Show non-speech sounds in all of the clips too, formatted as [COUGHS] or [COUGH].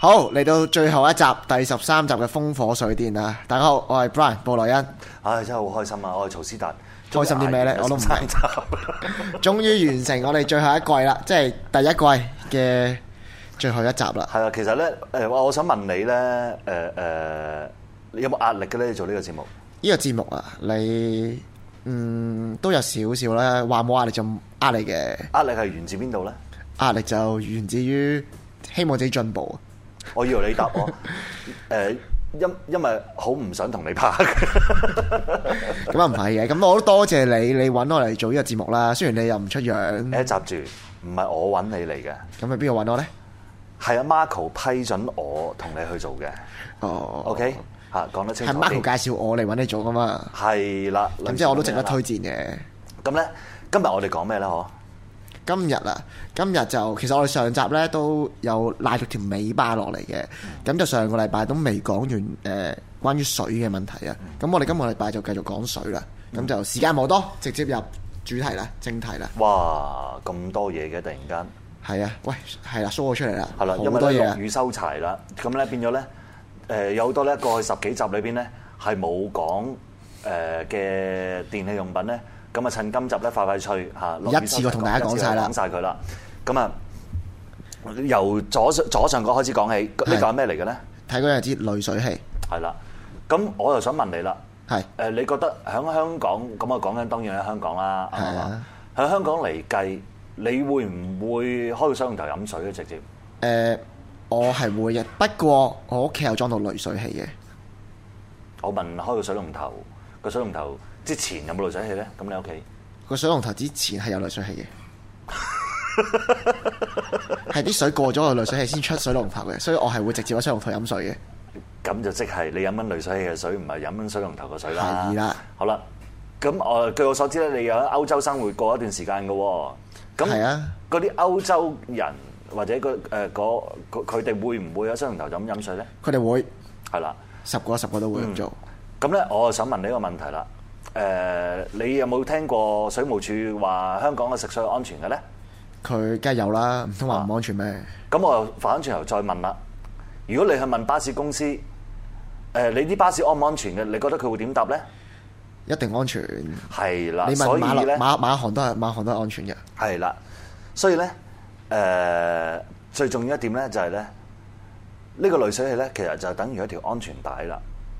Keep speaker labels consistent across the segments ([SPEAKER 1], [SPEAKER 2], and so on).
[SPEAKER 1] 好，嚟到最後一集第十三集嘅風火水電啊！大家好，我係 Brian 布萊恩，
[SPEAKER 2] 唉，真係好開心啊！我係曹思達，
[SPEAKER 1] 開心啲咩呢我都唔明
[SPEAKER 2] 三集， [LAUGHS]
[SPEAKER 1] 終於完成我哋最後一季啦，即係第一季嘅最後一集啦。
[SPEAKER 2] 係啦，啊其實咧，誒，我想問你咧，誒、誒，你有冇壓力嘅咧？做呢個節目，
[SPEAKER 1] 呢個節目啊，你嗯都有少少啦，話冇壓力就壓力嘅，
[SPEAKER 2] 壓力係源自邊度咧？
[SPEAKER 1] 壓力就源自於希望自己進步。
[SPEAKER 2] 我以為你答我， [LAUGHS] 誒、因因為好唔想同你拍， [LAUGHS]
[SPEAKER 1] 咁啊唔係嘅，咁我都多謝你，你揾我嚟做呢個節目啦。雖然你又唔出樣，
[SPEAKER 2] 誒，閘住，唔係我揾你嚟嘅，
[SPEAKER 1] 咁係邊個揾我呢？
[SPEAKER 2] 係阿 Marco 批准我同你去做嘅。
[SPEAKER 1] 哦
[SPEAKER 2] OK，嚇講得清
[SPEAKER 1] 係
[SPEAKER 2] 楚
[SPEAKER 1] Marco
[SPEAKER 2] 啲。
[SPEAKER 1] 介紹我嚟揾你做噶嘛，
[SPEAKER 2] 係啦，
[SPEAKER 1] 咁即係我都值得
[SPEAKER 2] 類
[SPEAKER 1] 推
[SPEAKER 2] 似咁樣啦。
[SPEAKER 1] 薦嘅。
[SPEAKER 2] 咁咧，今日我哋講咩咧？嗬？
[SPEAKER 1] 今日啊，今日就其實我哋上集咧都有拉咗條尾巴落嚟嘅，
[SPEAKER 2] 嗯
[SPEAKER 1] 咁就上個禮拜都未講完誒、呃、關於水嘅問題啊，
[SPEAKER 2] 嗯
[SPEAKER 1] 咁我哋今個禮拜就繼續講水啦，咁就時間冇多，直接入主題啦，正題啦，
[SPEAKER 2] 哇，咁多嘢嘅，突然間。
[SPEAKER 1] 係啊，喂，係啦，show 咗出嚟啦，
[SPEAKER 2] 係啦，
[SPEAKER 1] 好
[SPEAKER 2] 因為
[SPEAKER 1] 多嘢
[SPEAKER 2] 咧
[SPEAKER 1] 啊
[SPEAKER 2] 落，雨收柴啦，咁咧變咗咧，誒、有好多咧過去十幾集裏邊咧係冇講誒嘅電器用品咧，咁啊趁今集咧快快脆嚇，落雨
[SPEAKER 1] 一次過
[SPEAKER 2] 收柴
[SPEAKER 1] 同大家
[SPEAKER 2] 講
[SPEAKER 1] 講晒啦
[SPEAKER 2] 一次過講晒佢啦，咁啊由左上左上角開始講起，呢個係咩嚟嘅咧？
[SPEAKER 1] 睇嗰陣知濾水器
[SPEAKER 2] 係啦，咁我又想問你啦，
[SPEAKER 1] 係
[SPEAKER 2] 誒、你覺得喺香港咁我講緊當然喺香港啦，係
[SPEAKER 1] 係
[SPEAKER 2] 嘛
[SPEAKER 1] 啊？
[SPEAKER 2] 喺香港嚟計，你會唔會開個水龍頭飲水咧？直接？
[SPEAKER 1] 誒、呃我係會嘅，不過我屋企有裝到濾水器嘅。
[SPEAKER 2] 我問開個水龍頭，個水龍頭之前有冇濾水器咧？咁你屋企
[SPEAKER 1] 個水龍頭之前係有濾水
[SPEAKER 2] [LAUGHS]
[SPEAKER 1] 器嘅，係啲水過咗個濾水器先出水龍頭嘅，所以我係會直接喺水龍頭飲水嘅。
[SPEAKER 2] 咁就即係你飲緊濾水器嘅水，唔係飲緊水龍頭嘅水啦。
[SPEAKER 1] 係啦，
[SPEAKER 2] 好啦，咁我據我所知咧，你有喺歐洲生活過一段時間嘅喎。咁
[SPEAKER 1] 係啊，
[SPEAKER 2] 嗰啲歐洲人或者嗰誒嗰嗰佢哋會唔會喺水龍頭飲飲水咧？
[SPEAKER 1] 佢哋會
[SPEAKER 2] 係啦，
[SPEAKER 1] 十個有十個都會
[SPEAKER 2] 嗯
[SPEAKER 1] 咁做。
[SPEAKER 2] 咁咧我就想問你一個問題啦。誒、你有冇聽過水務署話香港嘅食水安全嘅咧？
[SPEAKER 1] 佢梗係有啦，唔通話唔安全咩？
[SPEAKER 2] 咁我又反轉頭再問啦。如果你去問巴士公司，誒、你啲巴士安唔安全嘅？你覺得佢會點答咧？
[SPEAKER 1] 一定安全。
[SPEAKER 2] 係啦，
[SPEAKER 1] 你
[SPEAKER 2] 啊所
[SPEAKER 1] 問
[SPEAKER 2] 以
[SPEAKER 1] 馬
[SPEAKER 2] 咧
[SPEAKER 1] 勒，馬馬航都係馬航都係安全嘅。
[SPEAKER 2] 係啦，所以咧，誒、最重要一點咧就係咧，呢、個濾水器咧其實就等於一條安全帶啦，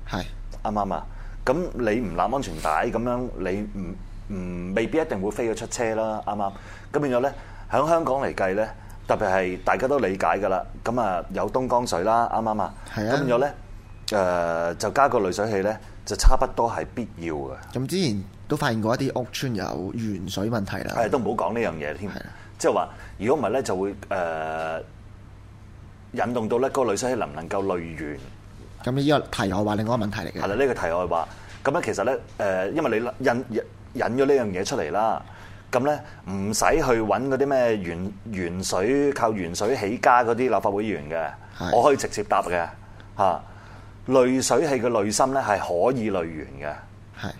[SPEAKER 1] 係
[SPEAKER 2] 啱唔啱啊？咁你唔攬安全帶咁樣，你唔唔未必一定會飛咗出車啦，啱唔啱？咁變咗咧，喺香港嚟計咧，特別係大家都理解噶啦，咁啊有東江水啦，啱唔啱啊？
[SPEAKER 1] 係啊
[SPEAKER 2] 咁變咗咧，誒、就加個濾水器咧，就差不多係必要嘅。
[SPEAKER 1] 咁之前都發現過一啲屋村有原水問題啦
[SPEAKER 2] 誒，都唔好講呢樣嘢添
[SPEAKER 1] 係啊，
[SPEAKER 2] 即係話，如果唔係咧，就會誒、引動到咧個濾水器能唔能夠濾完。
[SPEAKER 1] 咁呢個題外話另外一個問題嚟
[SPEAKER 2] 係
[SPEAKER 1] 嘅。
[SPEAKER 2] 啦，呢個題外話。咁咧，其實咧，誒、因為你引引引咗呢樣嘢出嚟啦，咁咧唔使去揾嗰啲咩原原水靠原水起家嗰啲立法會議員
[SPEAKER 1] 係
[SPEAKER 2] 嘅，我可以直接答嘅嚇。濾水器嘅濾芯咧係可以濾完嘅，
[SPEAKER 1] 係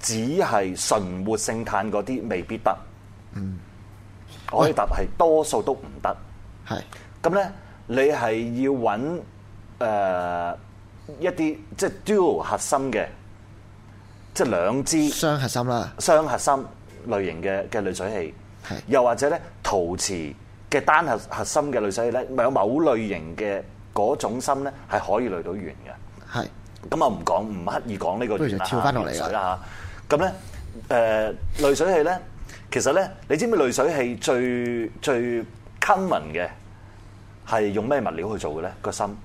[SPEAKER 2] 只係純活性炭嗰啲未必得。嗯，我可以答係多數都唔得。
[SPEAKER 1] 係
[SPEAKER 2] 咁咧，你係要揾誒、呃一啲即係 dual 核心嘅，即係兩支
[SPEAKER 1] 雙核心啦，
[SPEAKER 2] 雙核心類型嘅嘅濾水器
[SPEAKER 1] 係，
[SPEAKER 2] 又或者咧陶瓷嘅單核核心嘅濾水器咧，有某類型嘅嗰種芯咧係可以濾到完嘅。
[SPEAKER 1] 係
[SPEAKER 2] 咁啊我唔講，唔刻意講呢個
[SPEAKER 1] 不如就
[SPEAKER 2] 原啦
[SPEAKER 1] 跳返落嚟啦
[SPEAKER 2] 原水啦嚇。咁咧誒濾水器咧，其實咧你知唔知濾水器最最 common 嘅係用咩物料去做嘅咧？個心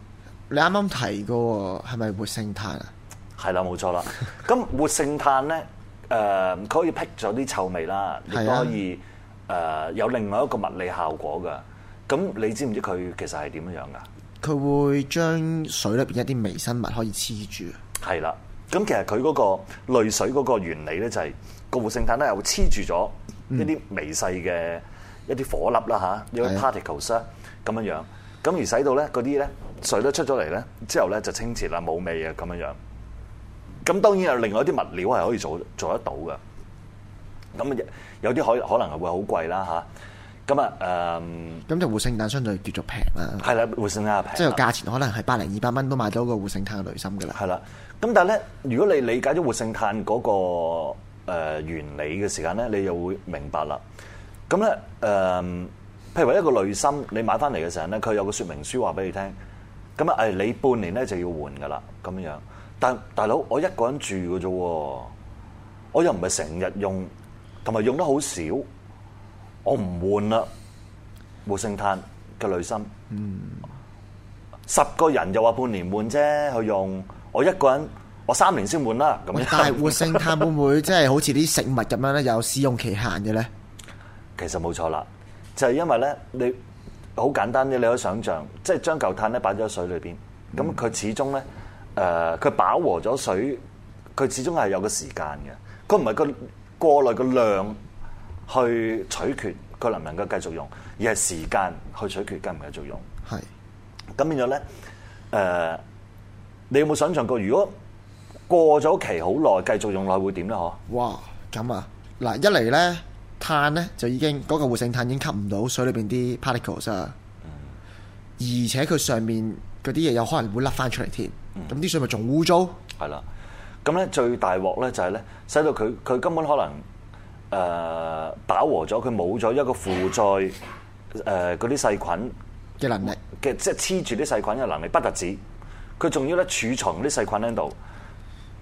[SPEAKER 1] 你啱啱提過喎，係咪活性炭啊？
[SPEAKER 2] 係啦，冇錯啦。咁活性炭咧誒，佢可以辟咗啲臭味啦，亦
[SPEAKER 1] 係
[SPEAKER 2] 都
[SPEAKER 1] 啊
[SPEAKER 2] 可以誒有另外一個物理效果㗎。咁你知唔知佢其實係點樣樣㗎？
[SPEAKER 1] 佢會將水裏邊一啲微生物可以黐住，
[SPEAKER 2] 係啦，咁其實佢嗰個濾水嗰個原理咧，就係個活性炭咧又黐住咗一啲微細嘅一啲火粒啦嚇，有
[SPEAKER 1] 嗯係
[SPEAKER 2] 啲 particles 啦咁樣樣，咁而使到咧嗰啲咧水咧出咗嚟咧之後咧就清澈啦，冇味啊咁樣樣。咁當然有另外一啲物料係可以啊做做得到嘅，咁有有啲可可能係會好貴啦嚇。咁啊誒
[SPEAKER 1] 咁就護聖誕相對叫做平啦，
[SPEAKER 2] 係啦，會性價比平啦。
[SPEAKER 1] 即係個價錢可能係百零二百蚊都買到個護聖誕嘅雷心㗎啦。
[SPEAKER 2] 係啦，咁但係咧，如果你理解咗活性炭嗰、個、呃、原理嘅時間咧，你就會明白啦。咁咧誒，譬如話一個濾芯，你買翻嚟嘅時候咧，佢有個說明書話俾你聽。咁啊誒，你半年咧就要換噶啦，咁樣。但大佬，我一個人住嘅啫喎，我又唔係成日用，同埋用得好少，我唔換啦。活性炭嘅濾芯。十個人又話半年換啫，去用我一個人，我三年先換啦。咁
[SPEAKER 1] 喂
[SPEAKER 2] 樣，
[SPEAKER 1] 但係活聖誕會唔會即係好似啲食物咁樣咧，有使用期限嘅咧？
[SPEAKER 2] [LAUGHS] 其實冇錯啦，就係、因為咧，你好簡單啫，你可以想象，即係將嚿炭咧擺咗喺水裏邊，
[SPEAKER 1] 嗯
[SPEAKER 2] 咁佢始終咧，誒、佢飽和咗水，佢始終係有個時間嘅，佢唔係個過濾個量去取決佢能唔能夠繼續用，而係時間去取決繼唔繼續用。
[SPEAKER 1] 係
[SPEAKER 2] 咁變咗咧，誒、你有冇想象過，如果過咗期好耐，繼續用落去會點咧？嗬，
[SPEAKER 1] 哇，咁啊嗱，一嚟咧碳咧就已經嗰、個活性炭已經吸唔到水裏邊啲 particles 啊，
[SPEAKER 2] 嗯
[SPEAKER 1] 而且佢上面嗰啲嘢有可能會甩翻出嚟添，
[SPEAKER 2] 嗯
[SPEAKER 1] 咁啲水咪仲污糟？
[SPEAKER 2] 係啦。咁咧最大鑊咧就係咧，使到佢佢根本可能誒、呃飽和咗，佢冇咗一個負載誒嗰啲細菌
[SPEAKER 1] 嘅能力。
[SPEAKER 2] 嘅，即係黐住啲細菌嘅能力不特止，佢仲要咧儲藏啲細菌喺度。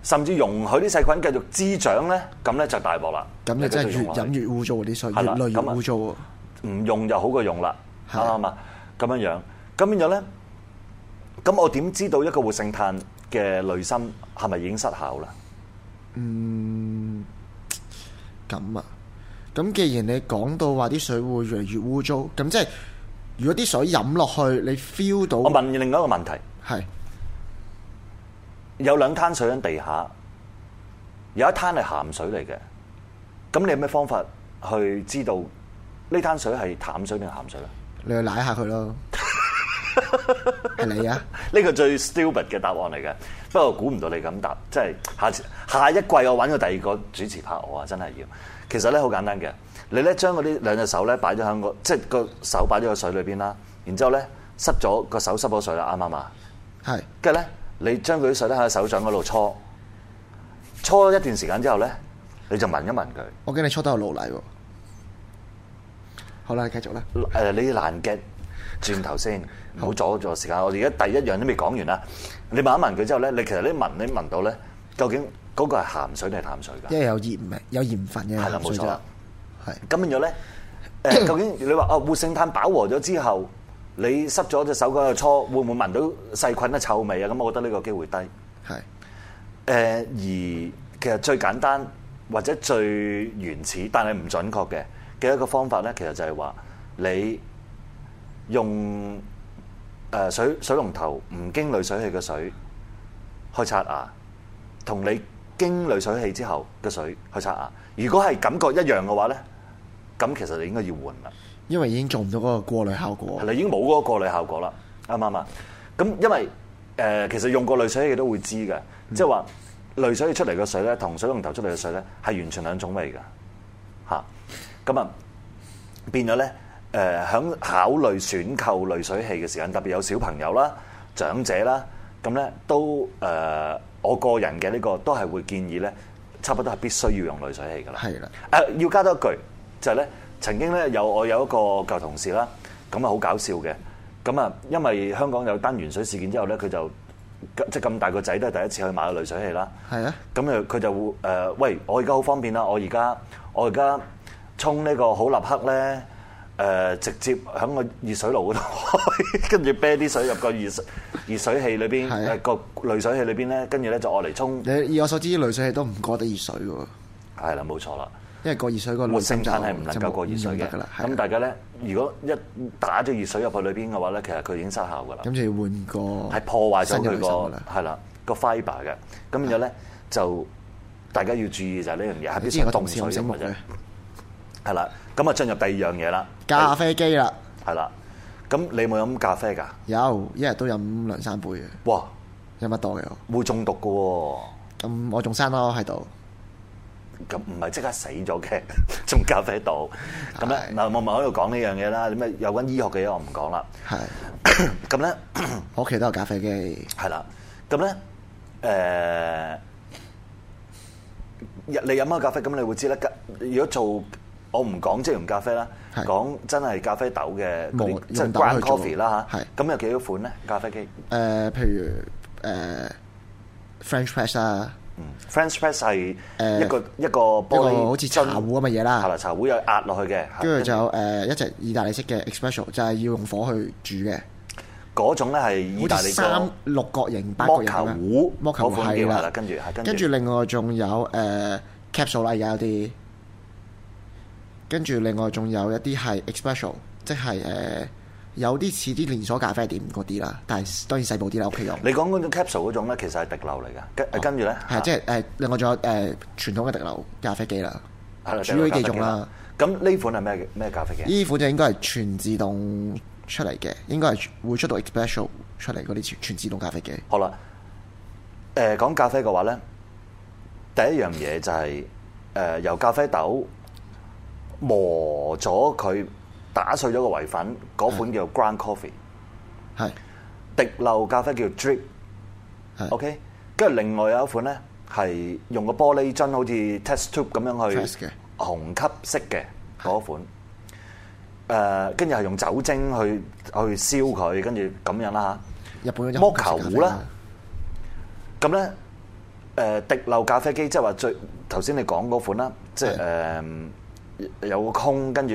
[SPEAKER 2] 甚至容許啲細菌繼續滋長咧，咁咧就大鑊啦。
[SPEAKER 1] 咁就真係
[SPEAKER 2] 繼
[SPEAKER 1] 越
[SPEAKER 2] 續用落去
[SPEAKER 1] 飲越污糟喎啲水，
[SPEAKER 2] 係
[SPEAKER 1] 越
[SPEAKER 2] 啦
[SPEAKER 1] 累越
[SPEAKER 2] 咁啊
[SPEAKER 1] 污糟喎。
[SPEAKER 2] 唔用就好過用啦，
[SPEAKER 1] 係
[SPEAKER 2] 啱唔啱啊？咁樣樣，咁變咗咧，咁我點知道一個活性炭嘅濾芯係咪已經失效啦？
[SPEAKER 1] 咁啊，咁既然你講到話啲水會越嚟越污糟，咁即係如果啲水飲落去，你 feel 到
[SPEAKER 2] 我問另外一個問題，
[SPEAKER 1] 係
[SPEAKER 2] 有兩灘水喺地下，有一灘係鹹水嚟嘅，咁你有咩方法去知道呢灘水係淡水定係鹹水咧？
[SPEAKER 1] 你去舐下佢
[SPEAKER 2] [LAUGHS]
[SPEAKER 1] 咯，係你啊，
[SPEAKER 2] 呢個最 stupid 嘅答案嚟嘅，不過估唔到你咁答，即係下次下一季我揾個第二個主持拍我啊，真係要。其實咧好簡單嘅，你咧將嗰啲兩隻手咧擺咗喺個，即係個手擺咗個水裏邊啦，然之後咧濕咗個手濕咗水啦，啱唔啱啊？
[SPEAKER 1] 係
[SPEAKER 2] 跟住咧你將佢啲水咧喺手掌嗰度搓，搓一段時間之後咧，你就聞一聞佢，
[SPEAKER 1] 我驚你搓到有露奶喎。好啦，你繼續啦。
[SPEAKER 2] 誒你難嘅。轉頭先，唔好阻咗時間。我哋而家第一樣都未講完啦。你聞一聞佢之後咧，你其實你聞你聞到咧，究竟嗰個係鹹水定係淡水
[SPEAKER 1] [COUGHS]
[SPEAKER 2] 㗎？
[SPEAKER 1] 因為有鹽味，有鹽分嘅
[SPEAKER 2] 係啦
[SPEAKER 1] 鹹水
[SPEAKER 2] 冇錯
[SPEAKER 1] 啫
[SPEAKER 2] 啦。
[SPEAKER 1] 係
[SPEAKER 2] 咁變咗咧，誒究竟你話啊活性炭飽和咗之後，你濕咗隻手嗰度搓，會唔會聞到細菌嘅臭味啊？咁我覺得呢個機會低。誒、
[SPEAKER 1] 係
[SPEAKER 2] 呃而其實最簡單或者最原始，但係唔準確嘅嘅一個方法咧，其實就係話你用誒、水水龍頭唔經濾水器嘅水去刷牙，同你經濾水器之後嘅水去刷牙，如果係感覺一樣嘅話咧，咁其實你應該要換啦。
[SPEAKER 1] 因為已經做唔到嗰個過濾效果
[SPEAKER 2] 係。啦，已經冇嗰個過濾效果啦，啱唔啱啊？咁因為誒、呃其實用過濾水器都會知嘅，即係話濾水器出嚟嘅水咧，同水龍頭出嚟嘅水咧，係完全兩種味嘅嚇。咁啊，變咗咧誒，響、考慮選購濾水器嘅時間，特別有小朋友啦、長者啦，咁咧都誒、呃我個人嘅呢個都係會建議咧，差不多係必須要用濾水器㗎啦。
[SPEAKER 1] 係啦。
[SPEAKER 2] 誒、啊要加多一句，就係、咧，曾經咧有我有一個舊同事啦，咁啊好搞笑嘅，咁啊因為香港有單鉛水事件之後咧，佢就即係咁大個仔都係第一次去買個濾水器啦。
[SPEAKER 1] 係啊，
[SPEAKER 2] 咁誒佢就會誒、喂，我而家好方便啦，我而家我而家沖呢個好立克咧，誒、直接喺個熱水爐嗰度 [LAUGHS] 開，跟住啤啲水入個熱水熱水器裏邊，
[SPEAKER 1] 係啊
[SPEAKER 2] 誒個濾水器裏邊咧，跟住咧就愛嚟沖，
[SPEAKER 1] 你以我所知，濾水器都唔過得熱水嘅喎，
[SPEAKER 2] 係啦，冇錯啦。
[SPEAKER 1] 因為過熱水個
[SPEAKER 2] 活
[SPEAKER 1] 濾
[SPEAKER 2] 性
[SPEAKER 1] 芯就
[SPEAKER 2] 炭係唔能夠過熱水
[SPEAKER 1] 就
[SPEAKER 2] 嘅
[SPEAKER 1] 冇用得㗎啦。。係啊
[SPEAKER 2] 咁大家咧，如果一打咗熱水入去裏邊嘅話咧，其實佢已經失效㗎啦。
[SPEAKER 1] 咁就要換個
[SPEAKER 2] 係破壞咗
[SPEAKER 1] 新嘅
[SPEAKER 2] 佢
[SPEAKER 1] 濾芯㗎
[SPEAKER 2] 個
[SPEAKER 1] 啦。
[SPEAKER 2] 係啦個 fibre 嘅。咁然後咧就大家要注意就係呢樣嘢，係
[SPEAKER 1] 之
[SPEAKER 2] 必
[SPEAKER 1] 前啊
[SPEAKER 2] 須
[SPEAKER 1] 個
[SPEAKER 2] 凍
[SPEAKER 1] 同事好
[SPEAKER 2] 水
[SPEAKER 1] 醒目
[SPEAKER 2] 用嘅啫
[SPEAKER 1] 嘅。，
[SPEAKER 2] 係啦，咁啊進入第二樣嘢啦，
[SPEAKER 1] 咖啡機啦，
[SPEAKER 2] 係啦。咁你有冇飲咖啡㗎？
[SPEAKER 1] 有一日都飲兩三杯嘅，
[SPEAKER 2] 哇，
[SPEAKER 1] 飲得多嘅我。
[SPEAKER 2] 會中毒㗎喎！
[SPEAKER 1] 咁我仲生咯喺度，
[SPEAKER 2] 咁唔係即刻死咗嘅， [LAUGHS] 仲咖啡度。咁咧
[SPEAKER 1] 係
[SPEAKER 2] 嗱，我咪喺度講呢樣嘢啦。咁啊，有關醫學嘅嘢我唔講啦。
[SPEAKER 1] 係，
[SPEAKER 2] 咁咧。
[SPEAKER 1] 我屋企都有咖啡機，
[SPEAKER 2] 係啦，咁咧誒，日你飲開咖啡，咁你會知啦。咖如果做我唔講即溶咖啡啦，
[SPEAKER 1] 係
[SPEAKER 2] 講真係咖啡豆嘅嗰啲
[SPEAKER 1] 冇，
[SPEAKER 2] 即係
[SPEAKER 1] 用豆去
[SPEAKER 2] ground
[SPEAKER 1] 做
[SPEAKER 2] coffee 啦嚇
[SPEAKER 1] 係。
[SPEAKER 2] 咁有幾多款咧？咖啡機，
[SPEAKER 1] 誒譬如誒 French press 啦，
[SPEAKER 2] 嗯，French press 係
[SPEAKER 1] 誒
[SPEAKER 2] 一個一個
[SPEAKER 1] 呃一
[SPEAKER 2] 玻
[SPEAKER 1] 個
[SPEAKER 2] 璃
[SPEAKER 1] 好似茶壺咁嘅嘢
[SPEAKER 2] 係
[SPEAKER 1] 啦
[SPEAKER 2] 啦，。茶壺有壓落去嘅，
[SPEAKER 1] 跟住就有誒一隻意大利式嘅 espresso，就係要用火去煮嘅，
[SPEAKER 2] 嗰種咧係意
[SPEAKER 1] 好
[SPEAKER 2] 大
[SPEAKER 1] 似
[SPEAKER 2] 利
[SPEAKER 1] 三
[SPEAKER 2] 個
[SPEAKER 1] 六角形、八角形咁樣
[SPEAKER 2] 摩卡壺
[SPEAKER 1] 摩卡壺
[SPEAKER 2] 嗰款叫
[SPEAKER 1] 係
[SPEAKER 2] 係啦
[SPEAKER 1] 啦，
[SPEAKER 2] 跟住係跟住
[SPEAKER 1] 跟住另外仲有誒 capsule 啦，而家有啲，跟住另外仲有一啲係 espresso，即係誒有啲似啲連鎖咖啡店嗰啲啦，但係當然細部啲啦，屋企用。
[SPEAKER 2] 你講嗰種 capsule 嗰種咧，其實係滴漏嚟嘅。跟跟住咧，
[SPEAKER 1] 哦係即係誒，另外仲有誒傳統嘅滴流咖啡機啦
[SPEAKER 2] 係啦，
[SPEAKER 1] 主要呢幾種
[SPEAKER 2] 啊咖啡機
[SPEAKER 1] 啦。。
[SPEAKER 2] 咁呢款係咩咩咖啡機啊？
[SPEAKER 1] 呢款就應該係全自動出嚟嘅，應該係會出到 espresso 出嚟嗰啲全全自動咖啡機。
[SPEAKER 2] 好啦，誒、講咖啡嘅話咧，第一樣嘢就係、誒由咖啡豆磨咗佢，打碎咗個維粉，嗰款叫 ground coffee，
[SPEAKER 1] 係
[SPEAKER 2] 滴漏咖啡叫 drip。
[SPEAKER 1] 係
[SPEAKER 2] OK，跟住另外有一款咧係用個玻璃樽好似 test tube 咁樣
[SPEAKER 1] Flask
[SPEAKER 2] 去
[SPEAKER 1] 嘅
[SPEAKER 2] 紅級式嘅嗰款。誒，跟住係用酒精去去燒佢，跟住咁樣啦
[SPEAKER 1] 日本嗰啲
[SPEAKER 2] 摩
[SPEAKER 1] 紅色
[SPEAKER 2] 卡
[SPEAKER 1] 咖啡
[SPEAKER 2] 壺啦，嚇。咁咧誒滴漏咖啡機即係話最頭先你講嗰款啦，即係誒有個空，跟住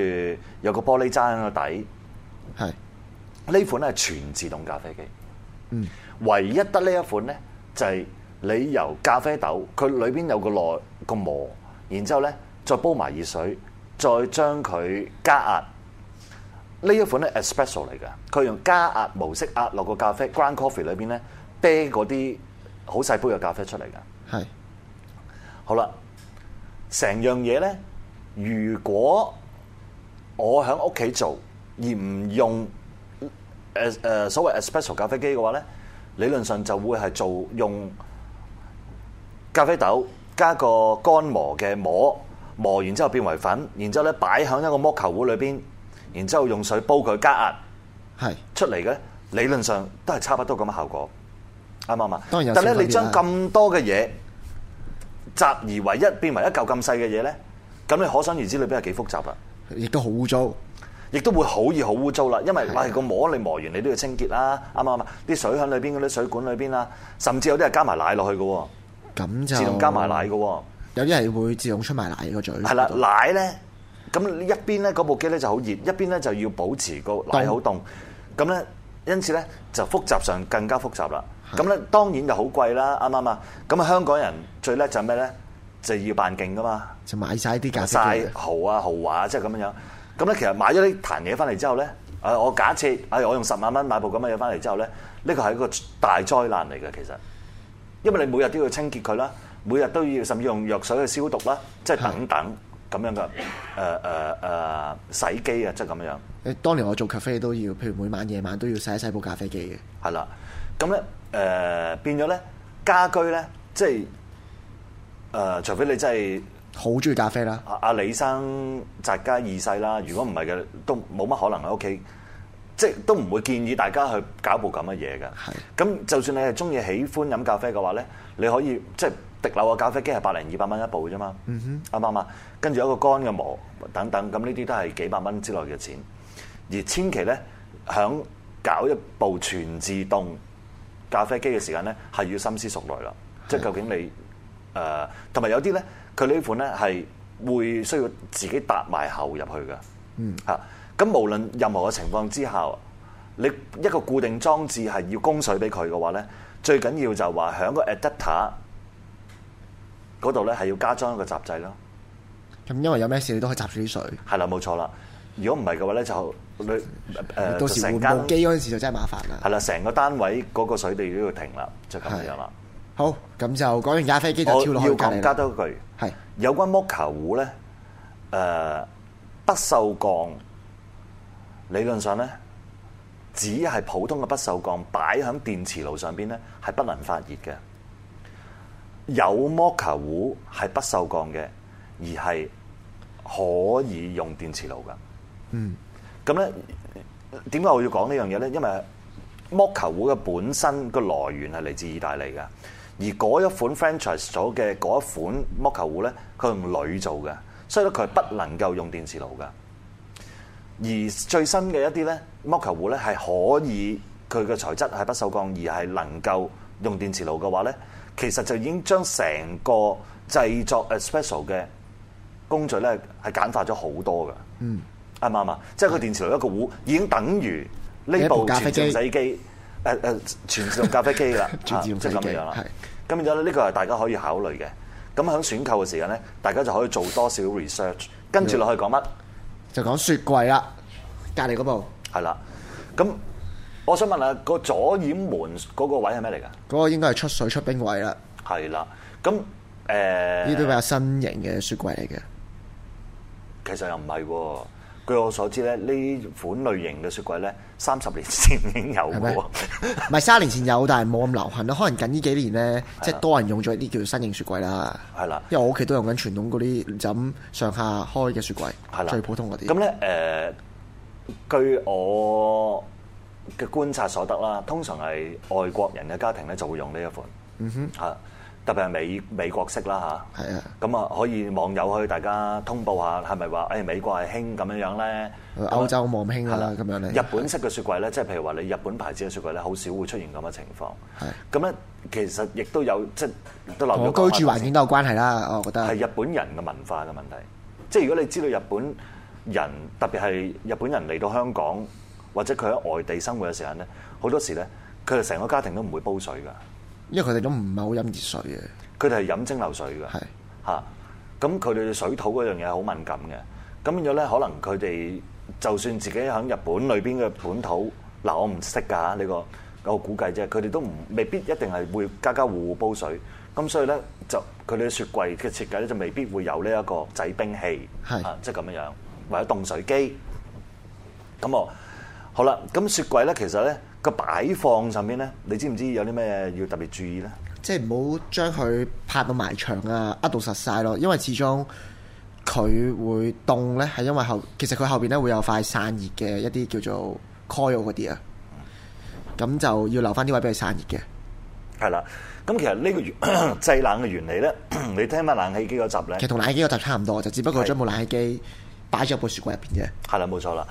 [SPEAKER 2] 有個玻璃渣喺個底。
[SPEAKER 1] 係
[SPEAKER 2] 呢款咧係全自動咖啡機。
[SPEAKER 1] 嗯
[SPEAKER 2] 唯一得呢一款咧，就係、你由咖啡豆，佢裏邊有個內個磨，然之後咧再煲埋熱水，再將佢加壓。呢一款咧 espresso 嚟㗎，佢用加壓模式壓落個咖啡 ground coffee 裏邊咧啤嗰啲好細杯嘅咖啡出嚟㗎。
[SPEAKER 1] 係
[SPEAKER 2] 好啦，成樣嘢咧，如果我喺屋企做而唔用誒誒、所謂 espresso 咖啡機嘅話咧，理論上就會係做用咖啡豆加個乾磨嘅磨，磨完之後變為粉，然之後咧擺喺一個摩球壺裏邊，然之後用水煲佢加壓
[SPEAKER 1] 係
[SPEAKER 2] 出嚟嘅，理論上都係差不多咁嘅效果，啱唔啱啊？
[SPEAKER 1] 當然有
[SPEAKER 2] 但咧
[SPEAKER 1] 少分
[SPEAKER 2] 你
[SPEAKER 1] 別
[SPEAKER 2] 將
[SPEAKER 1] 啦
[SPEAKER 2] 咁多嘅嘢集而為一，變為一嚿咁細嘅嘢咧，咁你可想而知裏邊係幾複雜啦。
[SPEAKER 1] 亦都好污糟。
[SPEAKER 2] 亦都會好易好污糟啦，因為
[SPEAKER 1] 係
[SPEAKER 2] 喂個膜你磨完你都要清潔啦，啱唔啱啊？啲水喺裏邊嗰啲水管裏邊啊，甚至有啲係加埋奶落去嘅喎，
[SPEAKER 1] 咁就
[SPEAKER 2] 自動加埋奶嘅，喎，
[SPEAKER 1] 有啲係會自動出埋奶個嘴。
[SPEAKER 2] 係啦，奶咧，咁一邊咧嗰部機咧就好熱，一邊咧就要保持個奶好凍，咁咧因此咧就複雜上更加複雜啦。
[SPEAKER 1] 係
[SPEAKER 2] 咁咧當然就好貴啦，啱唔啱啊？咁啊香港人最叻就係咩咧？就要扮勁噶嘛。
[SPEAKER 1] 就買晒啲咖啡
[SPEAKER 2] 晒
[SPEAKER 1] 機。
[SPEAKER 2] 豪啊豪華即係咁樣樣。咁咧其實買咗呢壇嘢翻嚟之後咧，誒我假設誒我用十萬蚊買部咁嘅嘢翻嚟之後咧，呢個係一個大災難嚟嘅其實，因為你每日都要清潔佢啦，每日都要甚至用藥水去消毒啦，即係等等咁樣嘅誒誒誒洗機啊，即係咁樣。
[SPEAKER 1] 誒，當年我做咖啡都要，譬如每晚夜晚都要洗一洗部咖啡機嘅。
[SPEAKER 2] 係啦，咁咧誒變咗咧家居咧即係誒、呃除非你真係。
[SPEAKER 1] 好中意咖啡啦，
[SPEAKER 2] 阿阿李生宅家二世啦，如果唔係嘅，都冇乜可能喺屋企，即係都唔會建議大家去搞部咁嘅嘢嘅。
[SPEAKER 1] 係
[SPEAKER 2] 咁就算你係中意喜歡飲咖啡嘅話咧，你可以即係滴漏嘅咖啡機係百零二百蚊一部啫嘛，啱唔啱啊？跟住有一個乾嘅磨等等，咁呢啲都係幾百蚊之內嘅錢。而千祈咧，響搞一部全自動咖啡機嘅時間咧，係要深思熟慮啦。即係究竟你誒，同埋有啲咧，佢呢款咧係會需要自己搭埋喉入去嘅。嗯，嚇，咁無論任何嘅情況之下，你一個固定裝置係要供水俾佢嘅話咧，最緊要就話響個 adapter 嗰度咧係要加裝一個閘掣咯。
[SPEAKER 1] 咁因為有咩事你都可以集住啲水。
[SPEAKER 2] 係啦，冇錯啦。如果唔係嘅話咧，就你誒、呃、
[SPEAKER 1] 到時換
[SPEAKER 2] 成
[SPEAKER 1] 部
[SPEAKER 2] 間
[SPEAKER 1] 機嗰陣時就真係麻煩啦
[SPEAKER 2] 係。啦，成個單位嗰個水地都要停啦，就咁樣啦。
[SPEAKER 1] 好，咁就講完咖啡機就
[SPEAKER 2] 我
[SPEAKER 1] 跳
[SPEAKER 2] 要
[SPEAKER 1] 落去隔離
[SPEAKER 2] 講加
[SPEAKER 1] 啦。
[SPEAKER 2] 多一句，
[SPEAKER 1] 係
[SPEAKER 2] 有關摩卡壺咧，誒、不鏽鋼理論上咧，只係普通嘅不鏽鋼擺喺電磁爐上邊咧，係不能發熱嘅。有摩卡壺係不鏽鋼嘅，而係可以用電磁爐㗎。咁咧點解我要講呢樣嘢咧？因為剝球壺嘅本身個來源係嚟自意大利嘅，而嗰一款 franchise 咗嘅嗰一款剝球壺咧，佢用鋁做嘅，所以咧佢係不能夠用電磁爐嘅。而最新嘅一啲咧剝球壺咧係可以佢嘅材質係不鏽鋼，而係能夠用電磁爐嘅話咧，其實就已經將成個製作 espresso 嘅工序咧係簡化咗好多嘅。嗯，啱唔啱啊？即係佢電磁爐一個壺已經等於呢
[SPEAKER 1] 一部
[SPEAKER 2] 部
[SPEAKER 1] 咖啡機，
[SPEAKER 2] 全自動洗機誒誒全自動咖啡機啦
[SPEAKER 1] [LAUGHS] 全自動
[SPEAKER 2] 啊即
[SPEAKER 1] 洗
[SPEAKER 2] 係
[SPEAKER 1] 機
[SPEAKER 2] 咁樣啦
[SPEAKER 1] 係。
[SPEAKER 2] 咁變咗咧，呢個係大家可以考慮嘅。咁喺選購嘅時間咧，大家就可以做多少 research，跟住落去講乜？
[SPEAKER 1] 就講雪櫃啦，隔離嗰部
[SPEAKER 2] 係啦，咁我想問下個左掩門嗰個位係咩嚟㗎？
[SPEAKER 1] 嗰個應該係出水出冰位啦，呢
[SPEAKER 2] 係啦，咁呃誒
[SPEAKER 1] 啲比較新型嘅雪櫃嚟嘅。
[SPEAKER 2] 其實又唔係喎。據我所知咧，呢款類型嘅雪櫃咧，三十年前已經有
[SPEAKER 1] 係
[SPEAKER 2] 嘅
[SPEAKER 1] 咩
[SPEAKER 2] 喎。
[SPEAKER 1] 唔係三年前有，但係冇咁流行啦。可能近呢幾年咧，
[SPEAKER 2] 啊
[SPEAKER 1] 即係多人用咗一啲叫做新型雪櫃啦。
[SPEAKER 2] 係啦
[SPEAKER 1] 因為我屋企都用緊傳統嗰啲就咁上下開嘅雪櫃，
[SPEAKER 2] 係啦，
[SPEAKER 1] 最普通嗰啲。
[SPEAKER 2] 咁咧誒，據我嘅觀察所得啦，通常係外國人嘅家庭咧就會用呢一款。嗯哼，嚇，特別係美美國式啦嚇。
[SPEAKER 1] 係啊
[SPEAKER 2] 咁啊，可以網友可以大家通報下，係咪話誒美國係興咁樣樣咧？
[SPEAKER 1] 呃歐洲冇咁興啦
[SPEAKER 2] 係
[SPEAKER 1] 咁樣呢
[SPEAKER 2] 日本式嘅雪櫃咧，即係譬如話你日本牌子嘅雪櫃咧，好少會出現咁嘅情況。
[SPEAKER 1] 係
[SPEAKER 2] 咁咧，其實亦都有即係都留
[SPEAKER 1] 同
[SPEAKER 2] 咗
[SPEAKER 1] 我
[SPEAKER 2] 講下
[SPEAKER 1] 居住環境都有關係啦，我覺得。
[SPEAKER 2] 係日本人嘅文化嘅問題。即係如果你知道日本人，特別係日本人嚟到香港或者佢喺外地生活嘅時間咧，好多時咧佢哋成個家庭都唔會煲水㗎，
[SPEAKER 1] 因為佢哋都唔係好飲熱水嘅，
[SPEAKER 2] 佢哋係飲蒸餾水㗎。
[SPEAKER 1] 係
[SPEAKER 2] 嚇，咁佢哋對水土嗰樣嘢好敏感嘅，咁變咗咧可能佢哋就算自己喺日本裏邊嘅本土，嗱我唔識㗎呢個。我估計啫，佢哋都唔未必一定係會家家户户煲水，咁所以咧就佢哋嘅雪櫃嘅設計咧就未必會有呢一個製冰器，
[SPEAKER 1] 係
[SPEAKER 2] 啊即係咁樣樣，或者凍水機。咁我好啦，咁雪櫃咧其實咧個擺放上面咧，你知唔知有啲咩要特別注意咧？
[SPEAKER 1] 即係唔好將佢拍到埋牆啊，呃到實晒咯。因為始終佢會凍呢，係因為後其實佢後邊呢會有塊散熱嘅一啲叫做 coil 嗰啲啊，咁就要留翻啲位俾佢散熱嘅。
[SPEAKER 2] 係啦，咁其實呢個原 [COUGHS] 製冷嘅原理咧， [COUGHS] 你聽翻冷氣機嗰集
[SPEAKER 1] 其實
[SPEAKER 2] 咧，
[SPEAKER 1] 同冷氣機個就差唔多，就只不過
[SPEAKER 2] 係
[SPEAKER 1] 將部冷氣機擺咗入個雪櫃入邊啫。
[SPEAKER 2] 係啦冇錯啦。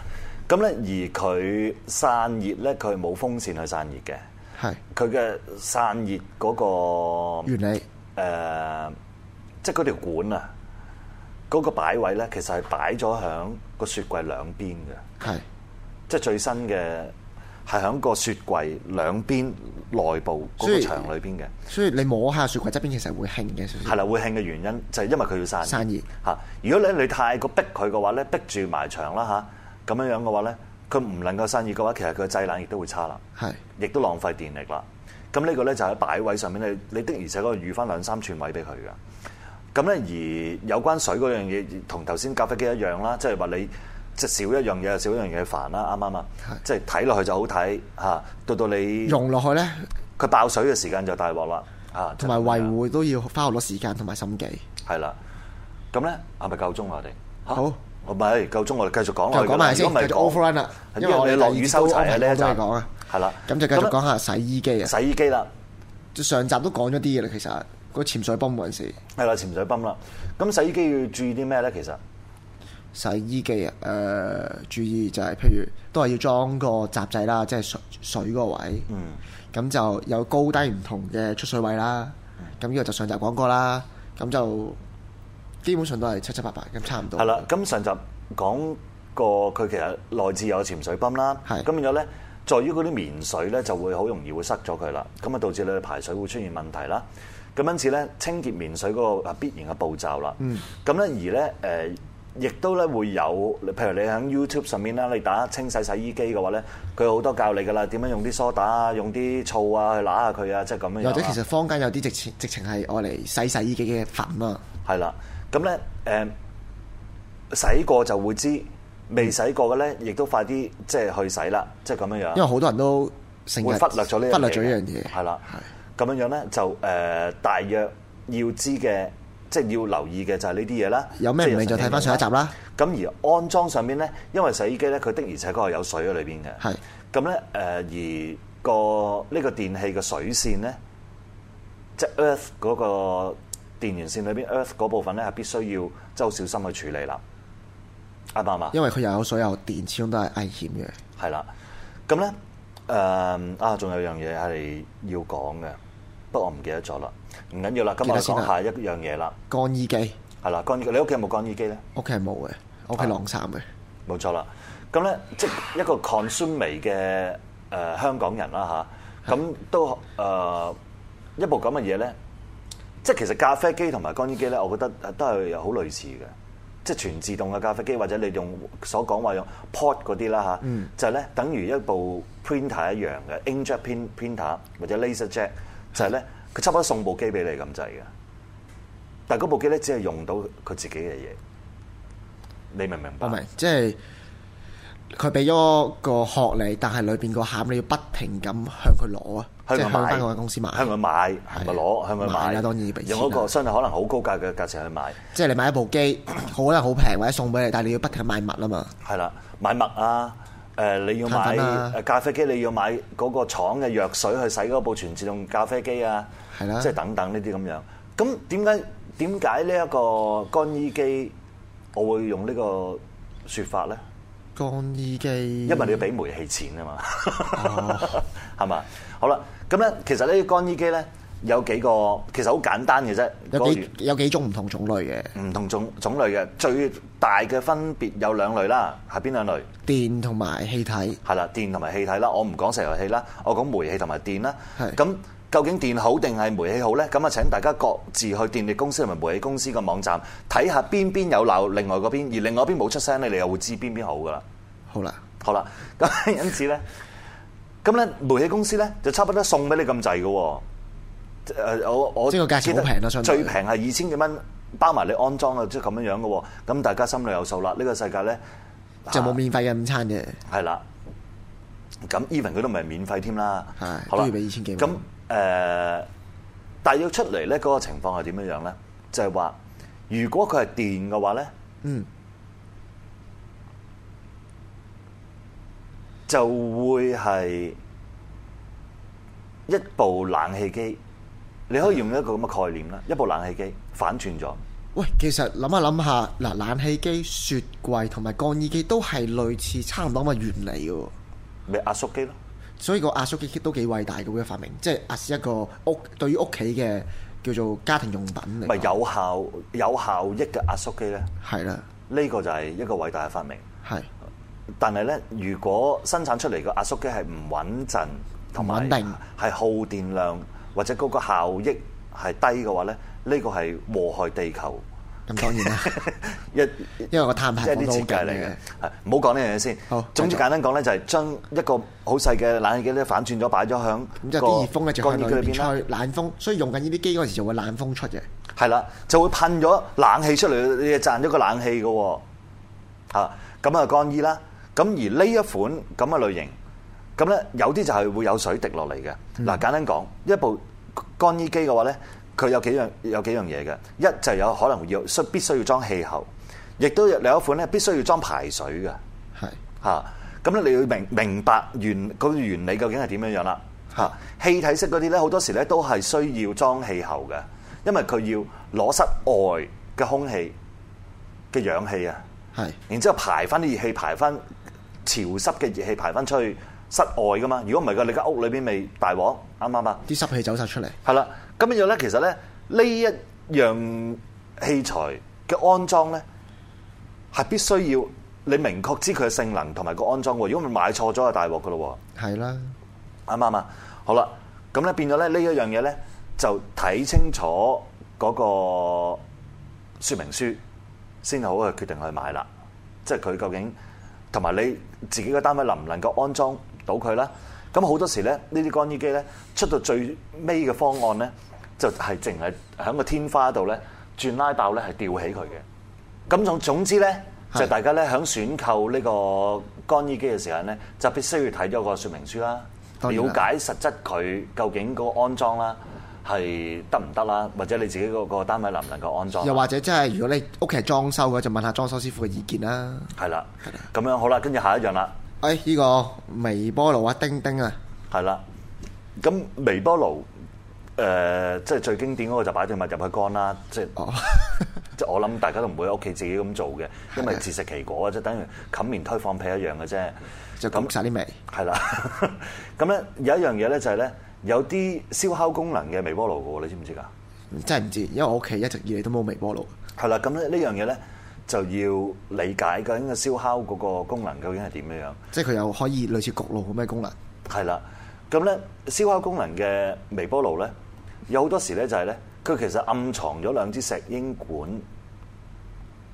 [SPEAKER 2] 咁咧而佢散熱咧，佢冇風扇去散熱嘅，
[SPEAKER 1] 係
[SPEAKER 2] 佢嘅散熱嗰、個
[SPEAKER 1] 原理
[SPEAKER 2] 呃即係嗰條管啊，嗰、個擺位咧，其實係擺咗響個雪櫃兩邊嘅，
[SPEAKER 1] 係
[SPEAKER 2] 即係最新嘅係響個雪櫃兩邊內部嗰
[SPEAKER 1] 所
[SPEAKER 2] 個
[SPEAKER 1] 以
[SPEAKER 2] 牆裏邊嘅。
[SPEAKER 1] 所以你摸下雪櫃側邊其實會興嘅少少
[SPEAKER 2] 係。啦，會興嘅原因就係因為佢要散
[SPEAKER 1] 嗯散熱
[SPEAKER 2] 嚇。如果你你太過逼佢嘅話咧，逼住埋牆啦吓，咁樣樣嘅話咧，佢唔能夠散熱嘅話，其實佢嘅製冷亦都會差啦，
[SPEAKER 1] 係
[SPEAKER 2] 亦都浪費電力啦。咁呢個咧就喺擺位上面咧，你的而且確預翻兩三寸位俾佢㗎。咁咧而有關水嗰樣嘢，同頭先咖啡機一樣啦，即係話你即係少一樣嘢就少一樣嘢煩啦，啱唔啱啊？即係睇落去就好睇嚇，到到你
[SPEAKER 1] 溶落去呢，
[SPEAKER 2] 佢爆水嘅時間就大鑊啦嚇，
[SPEAKER 1] 同埋
[SPEAKER 2] 就係咁樣
[SPEAKER 1] 維護都要花好多時間同埋心機。
[SPEAKER 2] 係啦，咁咧係咪夠鐘啊啦我哋？嚇
[SPEAKER 1] 好，
[SPEAKER 2] 唔係夠鐘，我哋繼續講落
[SPEAKER 1] 就
[SPEAKER 2] 去㗎啦。
[SPEAKER 1] 講埋先，
[SPEAKER 2] 如果唔係
[SPEAKER 1] 繼續
[SPEAKER 2] 講
[SPEAKER 1] overrun 啦，
[SPEAKER 2] 因為我哋落雨收柴啊
[SPEAKER 1] 咧
[SPEAKER 2] 呢一集
[SPEAKER 1] 都係講啊，
[SPEAKER 2] 係啦，
[SPEAKER 1] 咁就繼續講下洗衣機啊。
[SPEAKER 2] 洗衣機啦，
[SPEAKER 1] 上集都講咗啲嘢啦，其實啊呃個潛水泵嗰陣時，
[SPEAKER 2] 係啦，潛水泵啦。咁洗衣機要注意啲咩咧？其實
[SPEAKER 1] 洗衣機啊，誒、注意就係、譬如都係要裝個閘仔啦，即係水
[SPEAKER 2] 嗯
[SPEAKER 1] 水嗰個位，咁、就有高低唔同嘅出水位啦。咁呢個就上集講過啦，咁就基本上都係七七八八咁差唔多。
[SPEAKER 2] 係啦，咁上集講過佢其實內置有潛水泵啦，
[SPEAKER 1] 係
[SPEAKER 2] 咁變咗咧，在於嗰啲棉水咧就會好容易會塞咗佢啦，咁啊導致你嘅排水會出現問題啦。咁因此咧，清潔棉水嗰個必然嘅步驟啦。
[SPEAKER 1] 嗯
[SPEAKER 2] 咁咧、而咧誒，亦都咧會有，譬如你喺 YouTube 上面啦，你打清洗洗衣機嘅話咧，佢有好多教你噶啦，點樣用啲梳打啊，用啲醋啊去揦下佢啊，即係咁樣樣
[SPEAKER 1] 又
[SPEAKER 2] 啦。
[SPEAKER 1] 或者其實坊間有啲直情直情係愛嚟洗洗衣機嘅粉啊，
[SPEAKER 2] 係啦，咁咧誒洗過就會知，
[SPEAKER 1] 嗯
[SPEAKER 2] 未洗過嘅咧，亦都快啲即係去洗啦，即係咁樣樣。
[SPEAKER 1] 因為好多人都成日
[SPEAKER 2] 會忽略咗呢樣嘢
[SPEAKER 1] 忽略咗呢樣嘢，
[SPEAKER 2] 係啦，咁樣樣咧就誒、呃大約要知嘅即係要留意嘅就係呢啲嘢啦。
[SPEAKER 1] 有咩唔明就睇翻上一集啦。
[SPEAKER 2] 咁而安裝上面咧，因為洗衣機咧，佢的而且確係有水喺裏邊嘅。
[SPEAKER 1] 係
[SPEAKER 2] 咁咧誒，而個呢個電器嘅水線咧，即係 Earth 嗰個電源線裏邊 Earth 嗰部分咧，係必須要即係好小心去處理啦。啱唔啱啊？
[SPEAKER 1] 因為佢又有水又有電，始終都係危險嘅。
[SPEAKER 2] 係啦，咁咧誒啊，仲有樣嘢係要講嘅，不過我唔記得咗啦，唔緊要啦，今日
[SPEAKER 1] 記得先
[SPEAKER 2] 講
[SPEAKER 1] 啦
[SPEAKER 2] 下一樣嘢啦，
[SPEAKER 1] 乾衣機
[SPEAKER 2] 係啦，乾衣機你屋企有冇乾衣機咧？
[SPEAKER 1] 屋企係冇嘅，我屋企晾衫嘅。
[SPEAKER 2] 冇錯啦，咁咧即係一個 consumer 嘅誒香港人啦吓，咁都誒、一部咁嘅嘢咧，即係其實咖啡機同埋乾衣機咧，我覺得呃都係好類似嘅，即係全自動嘅咖啡機或者你用所講話用 pot 嗰啲啦吓，就係咧等於一部 printer 一樣嘅 inkjet print printer 或者 laser jet，就係咧佢差唔多送部機俾你咁滯嘅，但係嗰部機咧只係用到佢自己嘅嘢，你明唔明白？
[SPEAKER 1] 我明，即係佢俾咗個殼你，但係裏邊個餡你要不停咁向佢攞啊，即係
[SPEAKER 2] 香港
[SPEAKER 1] 向
[SPEAKER 2] 買，
[SPEAKER 1] 翻嗰間公司買。啊
[SPEAKER 2] 香港買係咪攞？香港
[SPEAKER 1] 買
[SPEAKER 2] 買
[SPEAKER 1] 啦當然要俾錢啦啊
[SPEAKER 2] 用一個相對可能好高價嘅價錢去買，
[SPEAKER 1] 即係你買一部機，可能好平或者送俾你，但係你要不停咁買物啊嘛。
[SPEAKER 2] 係啦，買墨啊，誒你要買
[SPEAKER 1] 碳粉啊
[SPEAKER 2] 誒咖啡機，你要買嗰個廠嘅藥水去洗嗰部全自動咖啡機啊，
[SPEAKER 1] 係啦
[SPEAKER 2] 即係等等呢啲咁樣。咁點解點解呢一個乾衣機我會用呢個説法咧？
[SPEAKER 1] 嗯乾衣機，
[SPEAKER 2] 因為你要俾煤氣錢啊嘛，
[SPEAKER 1] 哦
[SPEAKER 2] [LAUGHS] 係嘛、好啦，咁咧其實呢啲乾衣機咧有幾個其實好簡單嘅啫，個
[SPEAKER 1] 有
[SPEAKER 2] 原
[SPEAKER 1] 幾有幾種唔同種類嘅
[SPEAKER 2] 唔同種種類嘅，最大嘅分別有兩類啦，係邊兩類？
[SPEAKER 1] 電同埋氣體。
[SPEAKER 2] 係啦，電同埋氣體啦，我唔講石油氣啦，我講煤氣同埋電啦。
[SPEAKER 1] 係
[SPEAKER 2] 咁究竟電好定係煤氣好呢？咁啊，請大家各自去電力公司同埋煤氣公司嘅網站睇下邊邊有鬧，另外嗰邊而另外嗰邊冇出聲咧，你又會知邊邊好噶啦。
[SPEAKER 1] 好啦，
[SPEAKER 2] 好啦， [LAUGHS] 咁因此咧，咁咧煤氣公司咧就差不多送俾你咁滯嘅喎。誒，我我
[SPEAKER 1] 即係個價錢好平啦相對
[SPEAKER 2] 最平係二千幾蚊，包埋你安裝啊，即係咁樣樣嘅喎。咁大家心裏有數啦，呢、個世界咧
[SPEAKER 1] 就
[SPEAKER 2] 啊
[SPEAKER 1] 冇免費嘅午餐嘅。
[SPEAKER 2] 係啦。咁 even 佢都唔係免費添啦，
[SPEAKER 1] 係
[SPEAKER 2] 好啦
[SPEAKER 1] 都要俾2000幾蚊
[SPEAKER 2] 咁誒、呃但係要出嚟咧，嗰、個情況係點樣樣咧？就係、話，如果佢係電嘅話咧，
[SPEAKER 1] 嗯，
[SPEAKER 2] 就會係一部冷氣機，你可以用一個咁嘅概念啦，一部冷氣機反轉咗，
[SPEAKER 1] 喂，其實諗下諗下，嗱，冷氣機、雪櫃同埋乾衣機都係類似差唔多咁嘅原理嘅喎。
[SPEAKER 2] 咪壓縮機咯。
[SPEAKER 1] 所以個壓縮機都幾偉大嘅嘅發明，即係壓縮一個屋對於屋企嘅叫做家庭用品嚟。
[SPEAKER 2] 咪有效有效益嘅壓縮機咧，
[SPEAKER 1] 係啦，
[SPEAKER 2] 呢、個就係一個偉大嘅發明。
[SPEAKER 1] 係
[SPEAKER 2] 但係咧，如果生產出嚟嘅壓縮機係唔穩陣，同埋
[SPEAKER 1] 唔穩定
[SPEAKER 2] 係耗電量或者嗰個效益係低嘅話咧，呢、個係禍害地球 [LAUGHS]
[SPEAKER 1] 咁當然啦，
[SPEAKER 2] 一
[SPEAKER 1] 因為個碳排
[SPEAKER 2] 即
[SPEAKER 1] 放
[SPEAKER 2] 係啲
[SPEAKER 1] 都好緊
[SPEAKER 2] 設計嚟嘅
[SPEAKER 1] 嘅。。
[SPEAKER 2] 係唔好講呢樣嘢先。
[SPEAKER 1] 好
[SPEAKER 2] 總之
[SPEAKER 1] 繼續
[SPEAKER 2] 簡單講咧，就係將一個好細嘅冷氣機咧反轉咗，擺咗響
[SPEAKER 1] 咁就啲熱風咧就向
[SPEAKER 2] 乾衣機
[SPEAKER 1] 裏
[SPEAKER 2] 裏
[SPEAKER 1] 邊
[SPEAKER 2] 邊啦。
[SPEAKER 1] 吹冷風，所以用緊呢啲機嗰陣時就會冷風出嘅。
[SPEAKER 2] 係啦，就會噴咗冷氣出嚟，你就賺咗個冷氣嘅喎。嚇，咁啊乾衣啦。咁而呢一款咁嘅類型，咁咧有啲就係會有水滴落嚟嘅。嗱，簡單講，一部乾衣機嘅話咧，佢有幾樣有幾樣嘢嘅。一就有可能要需必須要裝氣喉，亦都有有一款咧必須要裝排水嘅。
[SPEAKER 1] 係
[SPEAKER 2] 嚇。咁咧你要明明白原嗰個原理究竟係點樣樣啦嚇。氣體式嗰啲咧好多時咧都係需要裝氣喉嘅，因為佢要攞室外嘅空氣嘅氧氣啊，
[SPEAKER 1] 係
[SPEAKER 2] 然之後排翻啲熱氣，排翻潮濕嘅熱氣排翻出去室外噶嘛。如果唔係嘅，你間屋裏邊咪大鑊，啱唔啱啊？
[SPEAKER 1] 啲濕氣走晒出嚟，
[SPEAKER 2] 係啦，咁樣咧，其實咧呢一樣器材嘅安裝咧，係必須要你明確知佢嘅性能同埋個安裝喎。如果唔係買錯咗就大鑊噶咯
[SPEAKER 1] 係啦，
[SPEAKER 2] 喎，啱唔啱啊？好啦，咁咧變咗咧呢一樣嘢咧，就睇清楚嗰個說明書先好去決定去買啦。即係佢究竟同埋你自己嘅單位能唔能夠安裝到佢啦？咁好多時咧，呢啲乾衣機咧出到最尾嘅方案咧，就係淨係喺個天花度咧轉拉爆咧係吊起佢嘅。咁總總之咧，
[SPEAKER 1] 係
[SPEAKER 2] 就大家咧喺選購呢個乾衣機嘅時間咧，就必須要睇咗個說明書啦，
[SPEAKER 1] 當然
[SPEAKER 2] 了
[SPEAKER 1] 啦
[SPEAKER 2] 解實質佢究竟嗰個安裝啦，係得唔得啦，或者你自己嗰個單位能唔能夠安裝啦？
[SPEAKER 1] 又或者真係如果你屋企係裝修嘅，就問下裝修師傅嘅意見啦。
[SPEAKER 2] 係啦，咁樣好啦，跟住下一樣啦，
[SPEAKER 1] 誒，哎呢個微波爐啊，叮叮啊，
[SPEAKER 2] 係啦。咁微波爐誒、即係最經典嗰個就擺對物入去乾啦，即係。
[SPEAKER 1] 哦，
[SPEAKER 2] [LAUGHS] 即係我諗大家都唔會喺屋企自己咁做嘅，因為自食其果啊，即係等於冚棉胎放屁一樣嘅啫。
[SPEAKER 1] 就焗晒啲味。
[SPEAKER 2] 係啦， [LAUGHS] 咁咧有一樣嘢咧就係咧，有啲燒烤功能嘅微波爐嘅喎，你知唔知㗎？
[SPEAKER 1] 真係唔知，因為我屋企一直以嚟都冇微波爐。
[SPEAKER 2] 係啦，咁咧呢樣嘢咧就要理解究竟個燒烤嗰個功能究竟係點樣樣。
[SPEAKER 1] 即係佢又可以類似焗爐咁嘅功能。
[SPEAKER 2] 係啦，咁咧燒烤功能嘅微波爐咧，有好多時咧就係咧，佢其實暗藏咗兩支石英管，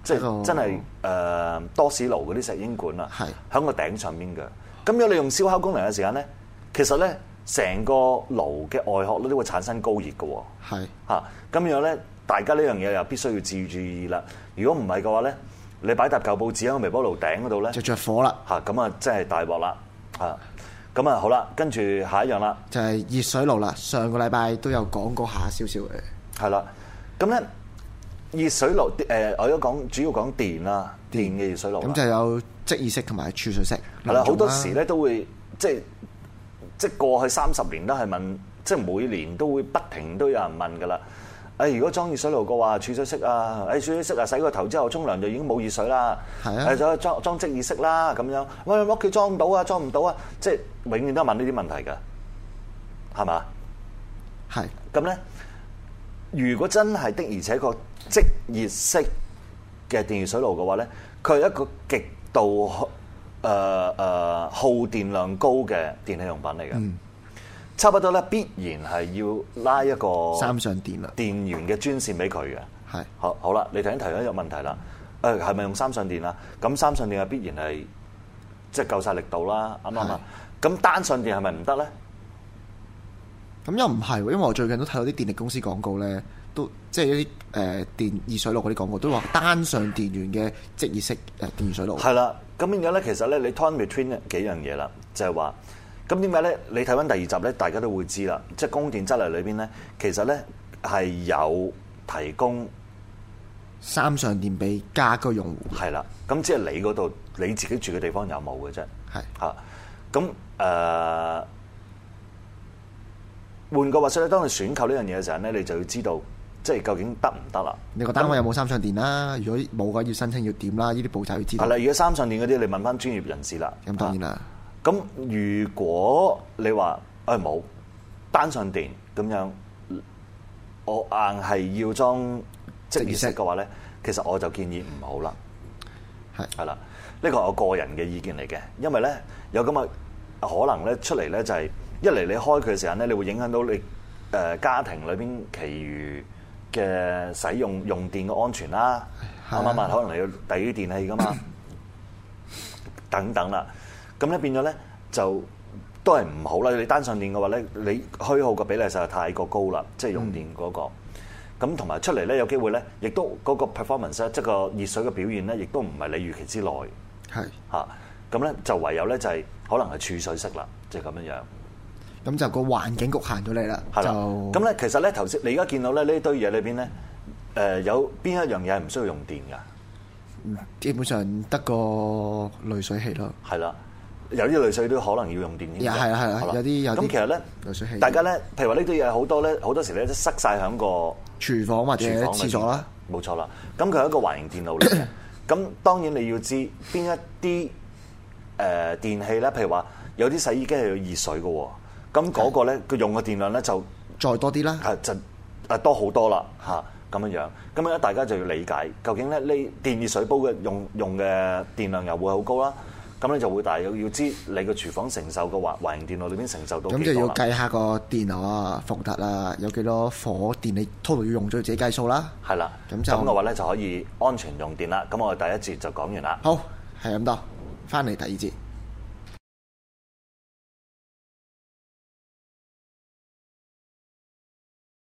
[SPEAKER 2] 即
[SPEAKER 1] 一個
[SPEAKER 2] 係真係誒、呃多士爐嗰啲石英管啊，
[SPEAKER 1] 係
[SPEAKER 2] 喺個頂上邊嘅。咁如果你用燒烤功能嘅時間咧，其實咧成個爐嘅外殼咧都會產生高熱嘅喎。
[SPEAKER 1] 係
[SPEAKER 2] 嚇。咁樣咧，大家呢樣嘢又必須要注注意啦。如果唔係嘅話咧，你擺沓舊報紙喺個微波爐頂嗰度咧
[SPEAKER 1] 就，着火啦，
[SPEAKER 2] 嚇咁啊，真係大鑊啦嚇。咁啊好啦，跟住下一樣啦，
[SPEAKER 1] 就係、熱水爐啦。上個禮拜都有講過下少少嘅，
[SPEAKER 2] 係啦。咁咧熱水爐誒、我而家講主要講電啦，電嘅熱水爐啦。
[SPEAKER 1] 咁就有即熱式同埋儲水式。
[SPEAKER 2] 係啦，好多時咧都會即係即係過去三十年都係問，即係每年都會不停都有人問㗎啦。誒，如果裝熱水爐嘅話，儲水式啊，誒儲水式啊，洗個頭之後沖涼就已經冇熱水啦。
[SPEAKER 1] 係啊
[SPEAKER 2] 誒就裝裝即熱式啦，咁樣喂屋企裝唔到啊，裝唔到啊，即係永遠都係問呢啲問題㗎，係嘛？
[SPEAKER 1] 係
[SPEAKER 2] 咁咧，如果真係的而且確即熱式嘅電熱水爐嘅話咧，佢係一個極度誒誒、呃呃耗電量高嘅電器用品嚟嘅。差不多咧，必然係要拉一個
[SPEAKER 1] 三相電啦，
[SPEAKER 2] 電源嘅專線俾佢嘅。
[SPEAKER 1] 係
[SPEAKER 2] 好好啦，你頭先提咗一個問題啦，誒係咪用三相電啦？咁三相電啊，必然係即係夠晒力度啦，啱唔啱啊？咁單相電係咪唔得咧？
[SPEAKER 1] 咁又唔係喎，因為我最近都睇到啲電力公司廣告咧，都即係一啲誒、呃、電熱水爐嗰啲廣告都話單上電源嘅即熱式誒呃電熱水爐。
[SPEAKER 2] 係啦，咁變咗咧，其實咧，你 turn between 幾樣嘢啦，就係話，咁點解咧？你睇翻第二集咧，大家都會知啦，即係供電質量裏邊咧，其實咧係有提供
[SPEAKER 1] 三上電俾家居用戶
[SPEAKER 2] 係啦，咁即係你嗰度你自己住嘅地方有冇嘅啫，
[SPEAKER 1] 係
[SPEAKER 2] 嚇。咁誒、呃，換個話說咧，當你選購呢樣嘢嘅時候咧，你就要知道，即係究竟得唔得啦。
[SPEAKER 1] 你個單位有冇三上電啦？如果冇嘅話要申請要點啦？呢啲步驟要知
[SPEAKER 2] 係
[SPEAKER 1] 道。
[SPEAKER 2] 啦，如果三上年嗰啲，你問翻專業人士啦。
[SPEAKER 1] 咁當然啦，
[SPEAKER 2] 咁如果你話誒冇單上電咁樣，我硬係要裝即熱式嘅話咧，其實我就建議唔好啦，
[SPEAKER 1] 係
[SPEAKER 2] 係啦，呢個係我個人嘅意見嚟嘅，因為咧有咁嘅可能咧出嚟咧就係、一嚟你開佢嘅時間咧，你會影響到你誒、呃家庭裏邊其餘嘅使用用電嘅安全啦，
[SPEAKER 1] 係
[SPEAKER 2] 啱
[SPEAKER 1] 啊
[SPEAKER 2] 唔啱啊？可能你要第啲電器噶嘛。等等啦。咁咧變咗咧就都係唔好啦。你單上電嘅話咧，你虛耗嘅比例實在太過高啦，即係用電嗰、個。咁同埋出嚟咧，有機會咧，亦都嗰、個 performance 啊咧，即係個熱水嘅表現咧，亦都唔係你預期之內
[SPEAKER 1] 係。
[SPEAKER 2] 嚇。咁咧就唯有咧就係、可能係儲水式啦，就係咁樣樣。
[SPEAKER 1] 咁就個環境局限咗你啦，
[SPEAKER 2] 係
[SPEAKER 1] 就
[SPEAKER 2] 啦。咁咧其實咧頭先你而家見到咧呢堆嘢裏邊咧，誒、有邊一樣嘢係唔需要用電㗎？
[SPEAKER 1] 基本上得個濾水器咯，
[SPEAKER 2] 係啦，有啲濾水都可能要用電添
[SPEAKER 1] 又
[SPEAKER 2] 嘅。
[SPEAKER 1] 係啦係啦有啲有啲
[SPEAKER 2] 咁其實咧
[SPEAKER 1] 濾水器，
[SPEAKER 2] 大家咧，譬如話呢堆嘢好多咧，好多時咧都塞晒喺個
[SPEAKER 1] 廚房或者
[SPEAKER 2] 廚房裏面
[SPEAKER 1] 廁所啦，，
[SPEAKER 2] 冇錯啦。咁佢係一個環形電路嚟
[SPEAKER 1] [COUGHS]
[SPEAKER 2] 嘅。咁當然你要知邊一啲誒電器咧，譬如話有啲洗衣機係要熱水嘅喎，咁嗰個咧佢用嘅電量咧就
[SPEAKER 1] 再多啲啦，
[SPEAKER 2] 係啊就誒多好多啦嚇咁樣樣。咁咧大家就要理解究竟咧呢電熱水煲嘅用用嘅電量又會好高啦。咁你就會大約要知你個廚房承受嘅環環形電路裏邊承受到
[SPEAKER 1] 咁
[SPEAKER 2] 幾
[SPEAKER 1] 就
[SPEAKER 2] 多啊
[SPEAKER 1] 要
[SPEAKER 2] 啦。
[SPEAKER 1] 計下個電流啊、伏特啊，有幾多火電你 total 要用咗自己計數啦。
[SPEAKER 2] 係啦，
[SPEAKER 1] 咁
[SPEAKER 2] 咁
[SPEAKER 1] 就
[SPEAKER 2] 嘅話咧就可以安全用電啦。咁我哋第一節就講完啦。
[SPEAKER 1] 好，係咁多，翻嚟第二節。